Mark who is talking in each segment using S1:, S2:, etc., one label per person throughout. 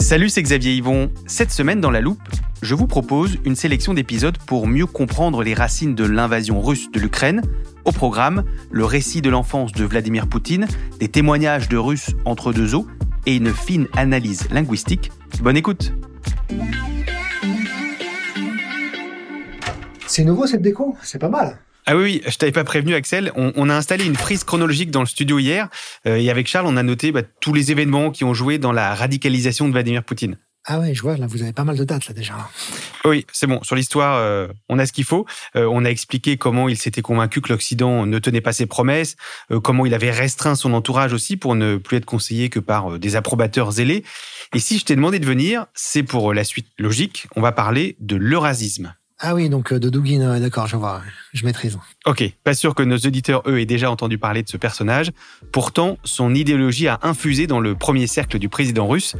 S1: Salut, c'est Xavier Yvon. Cette semaine dans La Loupe, je vous propose une sélection d'épisodes pour mieux comprendre les racines de l'invasion russe de l'Ukraine. Au programme, le récit de l'enfance de Vladimir Poutine, des témoignages de Russes entre deux eaux et une fine analyse linguistique. Bonne écoute
S2: C'est nouveau cette déco, c'est pas mal.
S1: Ah oui, oui, je t'avais pas prévenu Axel, on, on a installé une frise chronologique dans le studio hier euh, et avec Charles on a noté bah, tous les événements qui ont joué dans la radicalisation de Vladimir Poutine.
S2: Ah ouais, je vois, là, vous avez pas mal de dates, là, déjà.
S1: Oui, c'est bon. Sur l'histoire, euh, on a ce qu'il faut. Euh, on a expliqué comment il s'était convaincu que l'Occident ne tenait pas ses promesses, euh, comment il avait restreint son entourage aussi pour ne plus être conseillé que par euh, des approbateurs zélés. Et si je t'ai demandé de venir, c'est pour euh, la suite logique. On va parler de l'eurasisme.
S2: Ah oui, donc de Douguin, d'accord, je vois, je maîtrise.
S1: Ok, pas sûr que nos auditeurs, eux, aient déjà entendu parler de ce personnage. Pourtant, son idéologie a infusé dans le premier cercle du président russe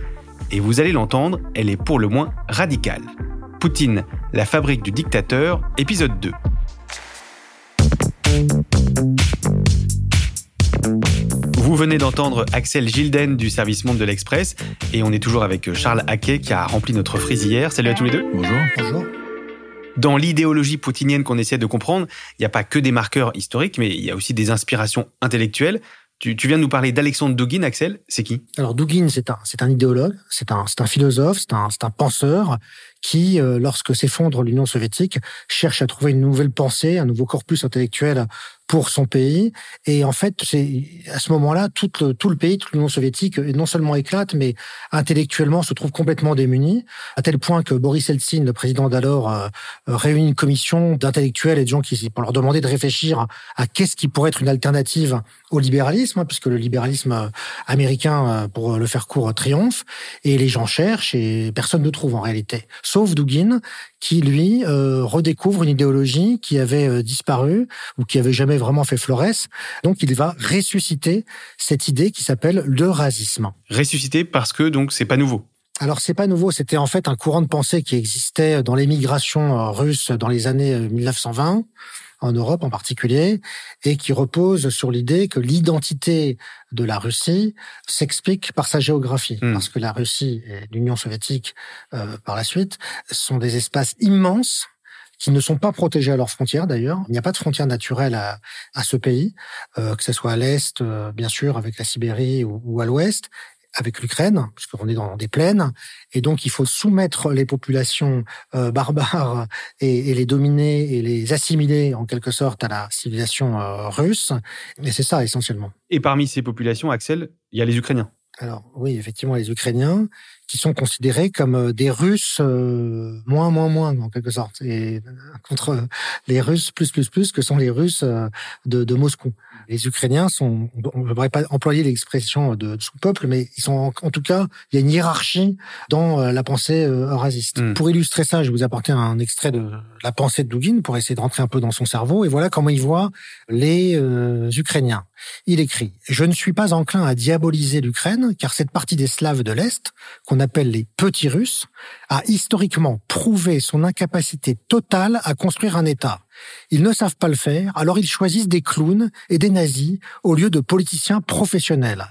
S1: et vous allez l'entendre, elle est pour le moins radicale. Poutine, la fabrique du dictateur, épisode 2. Vous venez d'entendre Axel Gilden du service Monde de l'Express et on est toujours avec Charles Haquet qui a rempli notre frise hier. Salut à tous les deux.
S3: Bonjour.
S2: Bonjour.
S1: Dans l'idéologie poutinienne qu'on essaie de comprendre, il n'y a pas que des marqueurs historiques, mais il y a aussi des inspirations intellectuelles. Tu, tu, viens de nous parler d'Alexandre Douguin, Axel, c'est qui
S2: Alors Douguin, c'est un, c'est un idéologue, c'est un, c'est un philosophe, c'est un, c'est un penseur qui, euh, lorsque s'effondre l'Union soviétique, cherche à trouver une nouvelle pensée, un nouveau corpus intellectuel pour son pays. Et en fait, c'est à ce moment-là, tout le, tout le pays, toute l'Union soviétique, euh, non seulement éclate, mais intellectuellement se trouve complètement démuni, à tel point que Boris Eltsine, le président d'alors, euh, réunit une commission d'intellectuels et de gens qui, pour leur demander de réfléchir à qu'est-ce qui pourrait être une alternative au libéralisme, hein, puisque le libéralisme américain, euh, pour le faire court, triomphe, et les gens cherchent et personne ne trouve en réalité, sauf Dugin, qui lui euh, redécouvre une idéologie qui avait euh, disparu ou qui avait jamais vraiment fait florès. Donc il va ressusciter cette idée qui s'appelle le rasisme.
S1: Ressusciter parce que donc c'est pas nouveau.
S2: Alors c'est pas nouveau, c'était en fait un courant de pensée qui existait dans l'émigration euh, russe dans les années euh, 1920 en Europe en particulier, et qui repose sur l'idée que l'identité de la Russie s'explique par sa géographie, mmh. parce que la Russie et l'Union soviétique euh, par la suite sont des espaces immenses qui ne sont pas protégés à leurs frontières d'ailleurs. Il n'y a pas de frontière naturelle à, à ce pays, euh, que ce soit à l'est, euh, bien sûr, avec la Sibérie ou, ou à l'ouest, avec l'Ukraine, puisqu'on est dans des plaines, et donc il faut soumettre les populations euh, barbares et, et, les dominer et les assimiler en quelque sorte à la civilisation euh, russe. Et c'est ça essentiellement.
S1: Et parmi ces populations, Axel, il y a les Ukrainiens.
S2: Alors oui, effectivement, les Ukrainiens qui sont considérés comme des Russes euh, moins, moins, moins, en quelque sorte, et euh, contre les Russes plus, plus, plus que sont les Russes euh, de, de Moscou. Les Ukrainiens sont, on ne devrait pas employer l'expression de, de sous-peuple, mais ils sont en, en, tout cas, il y a une hiérarchie dans euh, la pensée eurasiste. Mmh. Pour illustrer ça, je vais vous apporter un extrait de la pensée de Dugin pour essayer de rentrer un peu dans son cerveau. Et voilà comment il voit les euh, Ukrainiens. Il écrit Je ne suis pas enclin à diaboliser l'Ukraine, car cette partie des Slaves de l'Est, qu'on appelle les petits Russes, a historiquement prouvé son incapacité totale à construire un État. Ils ne savent pas le faire, alors ils choisissent des clowns et des nazis au lieu de politiciens professionnels.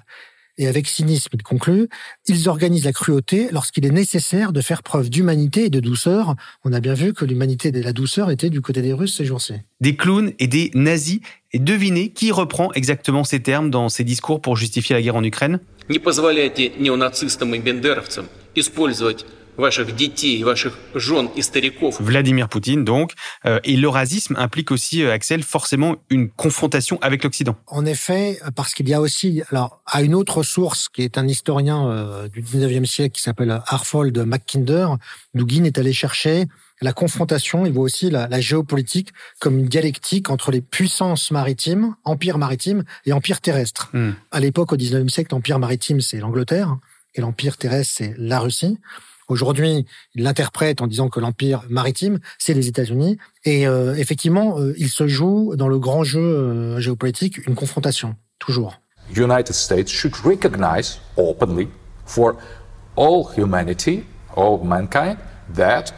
S2: et avec cynisme, il conclut, ils organisent la cruauté lorsqu'il est nécessaire de faire preuve d'humanité et de douceur. On a bien vu que l'humanité et la douceur étaient du côté des Russes ces jours-ci.
S1: Des clowns et des nazis, et devinez qui reprend exactement ces termes dans ses discours pour justifier la guerre en Ukraine
S3: Не позволяйте неонацистам и бендеровцам использовать ваших детей, ваших жен и стариков
S1: Vladimir Poutine, donc. Euh, et l'eurasisme implique aussi, euh, Axel, forcément une confrontation avec l'Occident.
S2: En effet, parce qu'il y a aussi, alors, à une autre source qui est un historien euh, du 19e siècle qui s'appelle Harfold Mackinder, Dugin est allé chercher la confrontation, il voit aussi la, la géopolitique comme une dialectique entre les puissances maritimes, empire maritime et empire terrestre.
S1: Hmm.
S2: À l'époque, au 19e siècle, l'empire maritime, c'est l'Angleterre, et l'empire terrestre, c'est la Russie. Aujourd'hui, il l'interprète en disant que l'empire maritime, c'est les États-Unis. Et euh, effectivement, euh, il se joue dans le grand jeu euh, géopolitique une confrontation, toujours.
S4: United States should recognize openly for all humanity, all mankind, that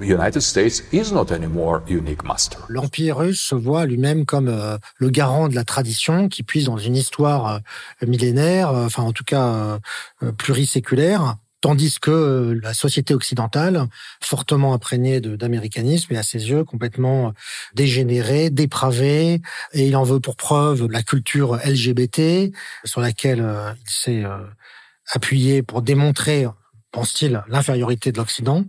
S4: the United States is not anymore unique master.
S2: L'empire russe se voit lui-même comme euh, le garant de la tradition qui puise dans une histoire euh, millénaire, euh, enfin en tout cas euh, euh, pluriséculaire, tandis que euh, la société occidentale, fortement imprégnée de- d'américanisme, est à ses yeux complètement euh, dégénérée, dépravée, et il en veut pour preuve la culture LGBT sur laquelle euh, il s'est euh, appuyé pour démontrer, pense-t-il, l'infériorité de l'Occident.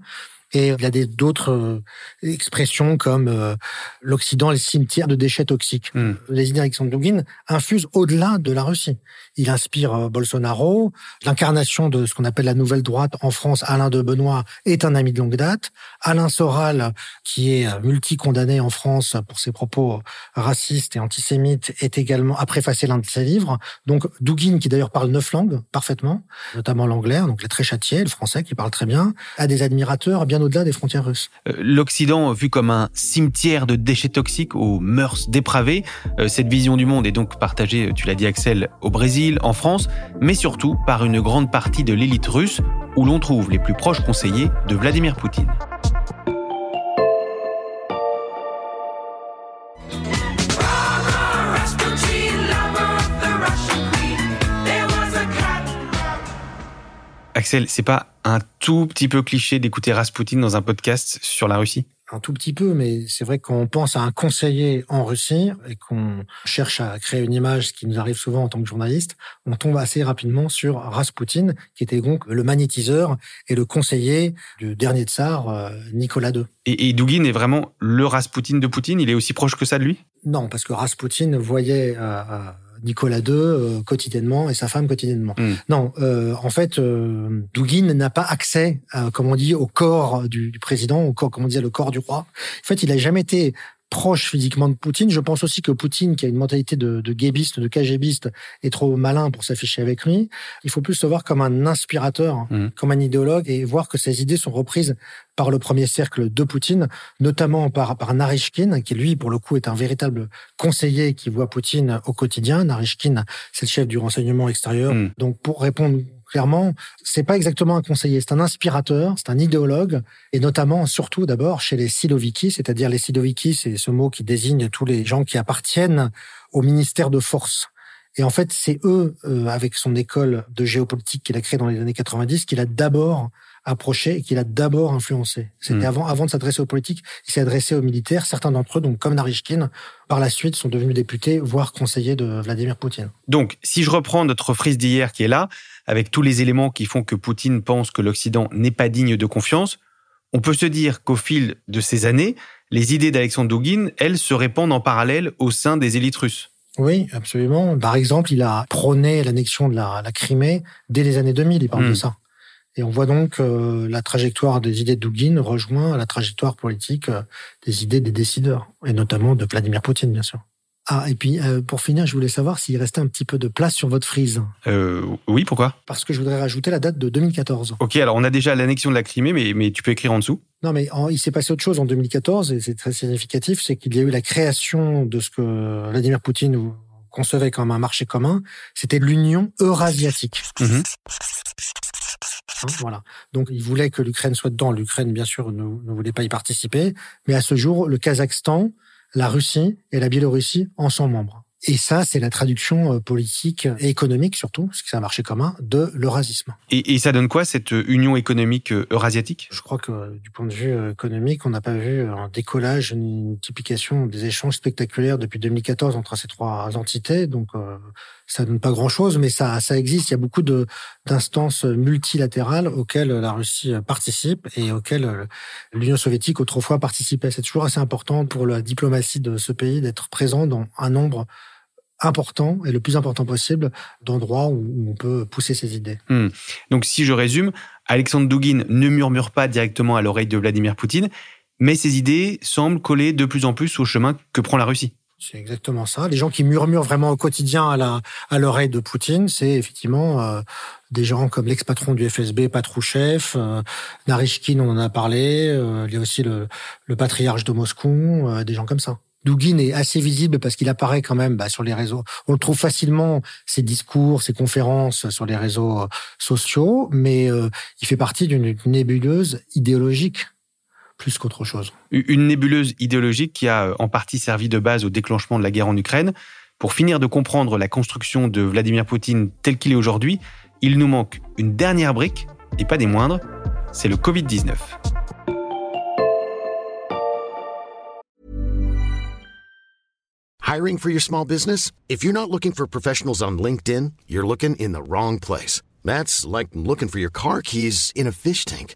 S2: Et il y a des- d'autres euh, expressions comme euh, l'Occident est le cimetière de déchets toxiques.
S1: Hmm.
S2: Les idées d'Alexandre Dugin infusent au-delà de la Russie. Il inspire euh, Bolsonaro. L'incarnation de ce qu'on appelle la nouvelle droite en France, Alain de Benoît, est un ami de longue date. Alain Soral, qui est euh, multi-condamné en France pour ses propos euh, racistes et antisémites, est également a préfacé l'un de ses livres. Donc Dugin, qui d'ailleurs parle neuf langues parfaitement, notamment l'anglais, donc il est très châtié, le français qui parle très bien, a des admirateurs bien au-delà des frontières russes.
S1: Euh, L'Occident, vu comme un cimetière de déchets toxiques aux mœurs dépravées, euh, cette vision du monde est donc partagée, euh, tu l'as dit Axel, au Brésil, en France, mais surtout par une grande partie de l'élite russe, où l'on trouve les plus proches conseillers de Vladimir Poutine. Axel, c'est pas un tout petit peu cliché d'écouter Rasputin dans un podcast sur la Russie
S2: un tout petit peu, mais c'est vrai qu'on pense à un conseiller en Russie et qu'on cherche à créer une image, ce qui nous arrive souvent en tant que journaliste, on tombe assez rapidement sur Rasputin, qui était donc le magnétiseur et le conseiller du dernier tsar, euh, Nicolas II.
S1: Et, et Dugin est vraiment le Rasputin de Poutine, il est aussi proche que ça de lui
S2: Non, parce que Rasputin voyait euh, euh, Nicolas II euh, quotidiennement et sa femme quotidiennement.
S1: Mm.
S2: Non, euh, en fait, euh, Dugin n'a pas accès, à, comme on dit, au corps du, du président, au corps, comme on disait, le corps du roi. En fait, il n'a jamais été proche physiquement de Poutine. Je pense aussi que Poutine, qui a une mentalité de, de guébiste, de KGBiste, est trop malin pour s'afficher avec lui. Il faut plus se voir comme un inspirateur,
S1: Mm.
S2: comme un idéologue, et voir que ses idées sont reprises par le premier cercle de Poutine, notamment par, par Narishkin, qui lui, pour le coup, est un véritable conseiller qui voit Poutine au quotidien. Narishkin, c'est le chef du renseignement extérieur.
S1: Mm.
S2: Donc, pour répondre clairement, c'est pas exactement un conseiller, c'est un inspirateur, c'est un idéologue, et notamment, surtout d'abord, chez les Siloviki, c'est-à-dire les Siloviki, c'est ce mot qui désigne tous les gens qui appartiennent au ministère de force. Et en fait, c'est eux, euh, avec son école de géopolitique qu'il a créée dans les années 90, qu'il a d'abord approché et qu'il a d'abord influencé. C'était
S1: Mm.
S2: avant, avant de s'adresser aux politiques, il s'est adressé aux militaires. Certains d'entre eux, donc comme Narishkin, par la suite sont devenus députés, voire conseillers de Vladimir Poutine.
S1: Donc, si je reprends notre frise d'hier qui est là, avec tous les éléments qui font que Poutine pense que l'Occident n'est pas digne de confiance, on peut se dire qu'au fil de ces années, les idées d'Alexandre Dugin, elles, se répandent en parallèle au sein des élites russes.
S2: Oui, absolument. Par exemple, il a prôné l'annexion de la, la Crimée dès les années 2000, il parle
S1: Mm.
S2: de ça. Et on voit donc euh, la trajectoire des idées de Dugin rejoint la trajectoire politique euh, des idées des décideurs, et notamment de Vladimir Poutine, bien sûr. Ah, et puis euh, pour finir, je voulais savoir s'il restait un petit peu de place sur votre frise,
S1: Euh, oui, pourquoi
S2: parce que je voudrais rajouter la date de 2014.
S1: Ok, alors on a déjà l'annexion de la Crimée, mais, mais tu peux écrire en dessous.
S2: Non, mais en- il s'est passé autre chose en 2014, et c'est très significatif, c'est qu'il y a eu la création de ce que Vladimir Poutine concevait comme un marché commun, c'était l'Union eurasiatique.
S1: Mhm.
S2: Hein, voilà. Donc, il voulait que l'Ukraine soit dedans. L'Ukraine, bien sûr, ne, ne voulait pas y participer, mais à ce jour, le Kazakhstan, la Russie et la Biélorussie en sont membres. Et ça, c'est la traduction euh, politique et économique surtout, parce que c'est un marché commun, de l'eurasisme.
S1: Et, et, ça donne quoi cette euh, union économique euh, eurasiatique
S2: Je crois que euh, du point de vue économique, on n'a pas vu euh, un décollage, une multiplication des échanges spectaculaires depuis 2014 entre ces trois entités. Donc euh, ça donne pas grand-chose, mais ça, ça existe. Il y a beaucoup de d'instances multilatérales auxquelles la Russie euh, participe et auxquelles euh, l'Union soviétique autrefois participait. C'est toujours assez important pour la diplomatie de ce pays d'être présent dans un nombre important et le plus important possible d'endroits où on peut pousser ses idées.
S1: Mmh. Donc si je résume, Alexandre Douguin ne murmure pas directement à l'oreille de Vladimir Poutine, mais ses idées semblent coller de plus en plus au chemin que prend la Russie.
S2: C'est exactement ça. Les gens qui murmurent vraiment au quotidien à la à l'oreille de Poutine, c'est effectivement euh, des gens comme l'ex-patron du FSB, Patrouchev, euh, Narishkin, on en a parlé, euh, il y a aussi le, le patriarche de Moscou, euh, des gens comme ça. Dugin est assez visible parce qu'il apparaît quand même bah, sur les réseaux. On le trouve facilement, ses discours, ses conférences sur les réseaux euh, sociaux, mais euh, il fait partie d'une nébuleuse idéologique plus qu'autre chose.
S1: Une nébuleuse idéologique qui a euh, en partie servi de base au déclenchement de la guerre en Ukraine. Pour finir de comprendre la construction de Vladimir Poutine tel qu'il est aujourd'hui, il nous manque une dernière brique, et pas des moindres, c'est le Covid-19.
S5: Hiring for your small business? If you're not looking for professionals on LinkedIn, you're looking in the wrong place. That's like looking for your car keys in a fish tank.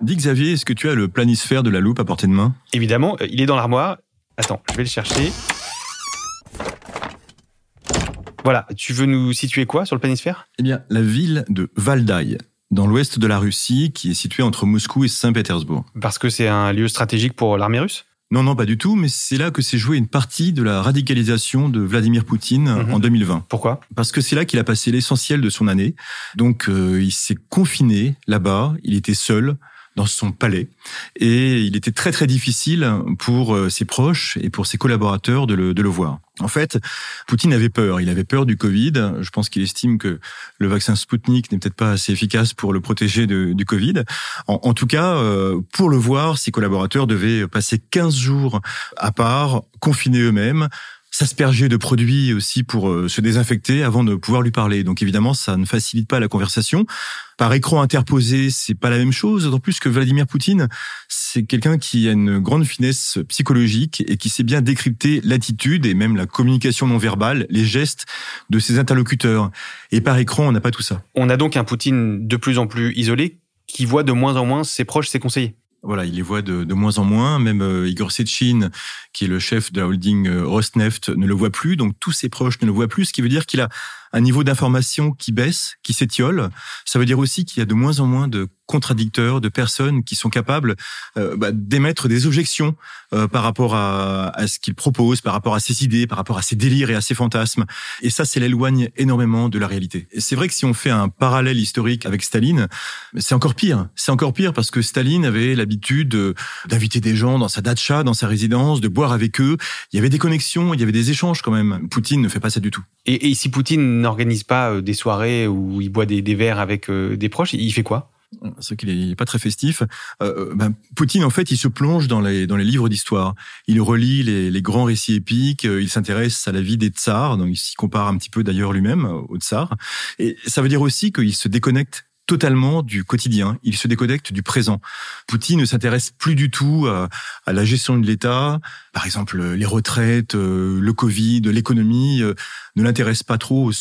S6: Dis Xavier, est-ce que tu as le planisphère de la loupe à portée de main
S1: Évidemment, euh, il est dans l'armoire. Attends, je vais le chercher. Voilà, tu veux nous situer quoi sur le planisphère
S6: Eh bien, la ville de Valdaï, dans l'ouest de la Russie, qui est située entre Moscou et Saint-Pétersbourg.
S1: Parce que c'est un lieu stratégique pour l'armée russe
S6: Non, non, pas du tout, mais c'est là que s'est jouée une partie de la radicalisation de Vladimir Poutine mmh. en 2020.
S1: Pourquoi
S6: Parce que c'est là qu'il a passé l'essentiel de son année. Donc, euh, il s'est confiné là-bas, il était seul dans son palais. Et il était très très difficile pour euh, ses proches et pour ses collaborateurs de le, de le voir. En fait, Poutine avait peur. Il avait peur du Covid. Je pense qu'il estime que le vaccin Sputnik n'est peut-être pas assez efficace pour le protéger de, du Covid. En, en tout cas, euh, pour le voir, ses collaborateurs devaient passer 15 jours à part, confinés eux-mêmes, s'asperger de produits aussi pour euh, se désinfecter avant de pouvoir lui parler. Donc évidemment, ça ne facilite pas la conversation. Par écran interposé, c'est pas la même chose. D'autant plus que Vladimir Poutine, c'est quelqu'un qui a une grande finesse psychologique et qui sait bien décrypter l'attitude et même la communication non verbale, les gestes de ses interlocuteurs. Et par écran, on n'a pas tout ça.
S1: On a donc un Poutine de plus en plus isolé qui voit de moins en moins ses proches, ses conseillers
S6: voilà, il les voit de, de moins en moins. Même euh, Igor Sechin, qui est le chef de la holding euh, Rosneft, ne le voit plus. Donc tous ses proches ne le voient plus, ce qui veut dire qu'il a un niveau d'information qui baisse, qui s'étiole. Ça veut dire aussi qu'il y a de moins en moins de contradicteurs, de personnes qui sont capables euh, bah, d'émettre des objections euh, par rapport à, à ce qu'il propose, par rapport à ses idées, par rapport à ses délires et à ses fantasmes. Et ça, c'est l'éloigne énormément de la réalité. Et c'est vrai que si on fait un parallèle historique avec Staline, c'est encore pire. C'est encore pire parce que Staline avait l'habitude euh, d'inviter des gens dans sa datcha, dans sa résidence, de boire avec eux. Il y avait des connexions, il y avait des échanges quand même. Poutine ne fait pas ça du tout.
S1: Et, et si Poutine n'organise pas euh, des soirées où il boit des, des verres avec euh, des proches. Il fait quoi
S6: ce qu'il n'est pas très festif. Euh, ben, Poutine, en fait, il se plonge dans les, dans les livres d'histoire. Il relit les, les, grands récits épiques, euh, il s'intéresse à la vie des tsars, donc il s'y compare un petit peu d'ailleurs lui-même euh, aux tsars. Et ça veut dire aussi qu'il se déconnecte totalement du quotidien, il se déconnecte du présent. Poutine ne s'intéresse plus du tout à, à la gestion de l'État, par exemple les retraites, euh, le Covid, l'économie, euh, ne l'intéresse pas trop.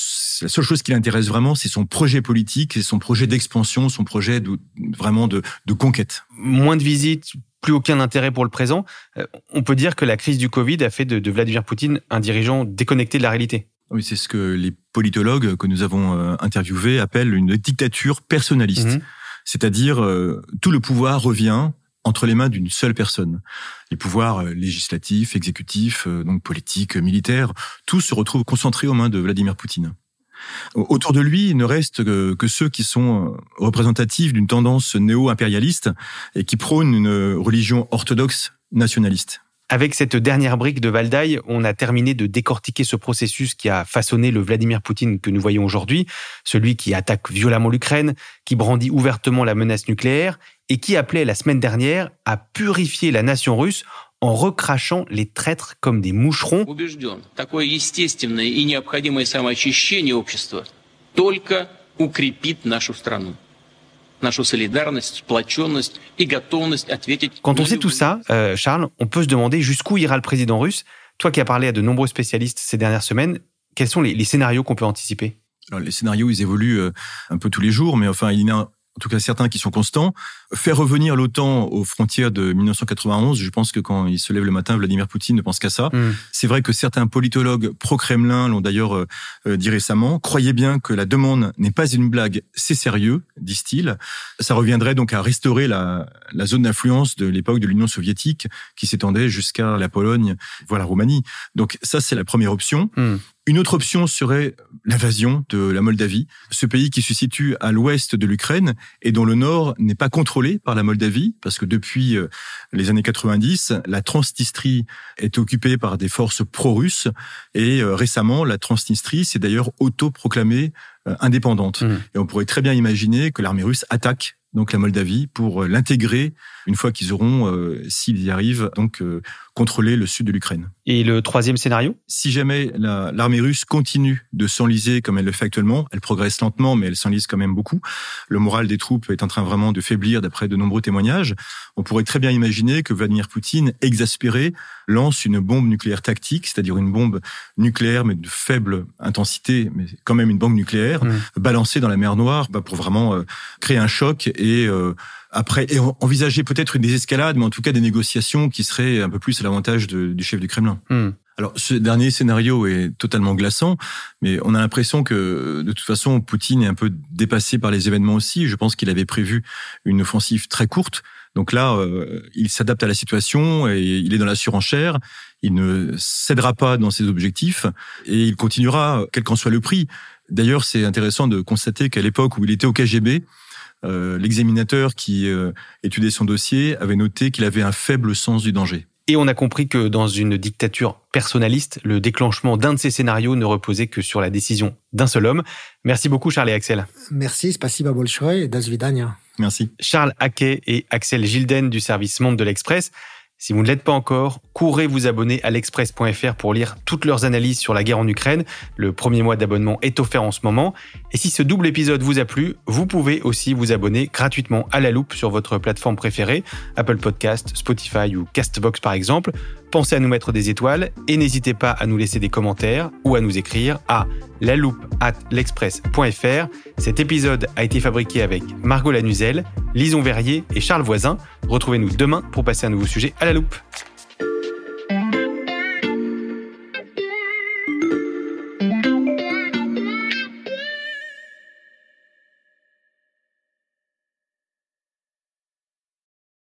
S6: La seule chose qui l'intéresse vraiment, c'est son projet politique, c'est son projet d'expansion, son projet de, vraiment de, de conquête.
S1: Moins de visites, plus aucun intérêt pour le présent. Euh, On peut dire que la crise du Covid a fait de, de Vladimir Poutine un dirigeant déconnecté de la réalité.
S6: Oui, c'est ce que les politologues que nous avons
S1: Mhm.
S6: interviewés appellent une dictature personnaliste. Mmh. C'est-à-dire, euh, tout le euh, pouvoir revient entre les mains d'une seule personne. Les pouvoirs euh, législatifs, exécutifs, euh, donc politiques, militaires, tout se retrouve concentré aux mains de Vladimir Poutine. Autour de lui, il ne reste que, que ceux qui sont euh, représentatifs d'une tendance néo-impérialiste et qui prônent une euh, religion orthodoxe nationaliste.
S1: Avec cette dernière brique de Valdaï, on a terminé de décortiquer ce processus qui a façonné le Vladimir Poutine que nous voyons aujourd'hui, celui qui attaque violemment l'Ukraine, qui brandit ouvertement la menace nucléaire et qui appelait la semaine dernière à purifier la nation russe en recrachant les traîtres comme des moucherons. Quand on sait tout ça, euh, Charles, on peut se demander jusqu'où ira le président russe. Toi qui as parlé à de nombreux spécialistes ces dernières semaines, quels sont les, les scénarios qu'on peut anticiper
S6: Alors, Les scénarios, ils évoluent euh, un peu tous les jours, mais enfin, il y en a en tout cas certains qui sont constants. Faire revenir l'OTAN aux frontières de 1991, je pense que quand il se lève le matin, Vladimir Poutine ne pense qu'à ça.
S1: Hmm.
S6: Mmh. C'est vrai que certains politologues pro-Kremlin l'ont d'ailleurs euh, dit récemment. Croyez bien que la demande n'est pas une blague, c'est sérieux, disent-ils. Ça reviendrait donc à restaurer la, la zone d'influence de l'époque de l'Union soviétique qui s'étendait jusqu'à la Pologne, voire la Roumanie. Donc ça, c'est la première option. Mmh. Une autre option serait l'invasion de la Moldavie, ce pays qui se situe à l'ouest de l'Ukraine et dont le nord n'est pas contrôlé par la Moldavie, parce que depuis euh, les années 90, la Transnistrie est occupée par des forces pro-russes, et euh, récemment, la Transnistrie s'est d'ailleurs autoproclamée indépendante. Mmh. Et on pourrait très bien imaginer que l'armée russe attaque donc la Moldavie pour euh, l'intégrer une fois qu'ils auront, euh, s'ils y arrivent, donc euh, contrôler le sud de l'Ukraine.
S1: Et le troisième scénario
S6: Si jamais l'armée la, russe continue de s'enliser comme elle le fait actuellement, elle progresse lentement, mais elle s'enlise quand même beaucoup. Le moral des troupes est en train vraiment de faiblir, d'après de nombreux témoignages. On pourrait très bien imaginer que Vladimir Poutine, exaspéré, lance une bombe nucléaire tactique, c'est-à-dire une bombe nucléaire mais de faible intensité, mais quand même une bombe nucléaire, mmh. balancée dans la mer Noire, bah, pour vraiment euh, créer un choc et euh, après et envisager peut-être une désescalade, mais en tout cas des négociations qui seraient un peu plus à l'avantage du chef du Kremlin.
S1: Hmm.
S6: Mmh. Alors, ce dernier scénario est totalement glaçant, mais on a l'impression que, de toute façon, Poutine est un peu dépassé par les événements aussi. Je pense qu'il avait prévu une offensive très courte. Donc là, euh, il s'adapte à la situation et il est dans la surenchère. Il ne cédera pas dans ses objectifs et il continuera, quel qu'en soit le prix. D'ailleurs, c'est intéressant de constater qu'à l'époque où il était au KGB, euh, l'examinateur qui euh, étudiait son dossier avait noté qu'il avait un faible sens du danger.
S1: Et on a compris que dans une dictature personnaliste, le déclenchement d'un de ces scénarios ne reposait que sur la décision d'un seul homme. Merci beaucoup, Charles et Axel.
S2: Merci, спасибо большое, до свидания.
S6: Merci.
S1: Charles Haquet et Axel Gilden du service Monde de l'Express. Si vous ne l'êtes pas encore, courez vous abonner à l'express.fr pour lire toutes leurs analyses sur la guerre en Ukraine. Le premier mois d'abonnement est offert en ce moment. Et si ce double épisode vous a plu, vous pouvez aussi vous abonner gratuitement à la loupe sur votre plateforme préférée, Apple Podcast, Spotify ou Castbox par exemple. Pensez à nous mettre des étoiles et n'hésitez pas à nous laisser des commentaires ou à nous écrire à la loupe at l'express.fr. Cet épisode a été fabriqué avec Margot Lanuzel, Lison Verrier et Charles Voisin. Retrouvez-nous demain pour passer un nouveau sujet à la loupe.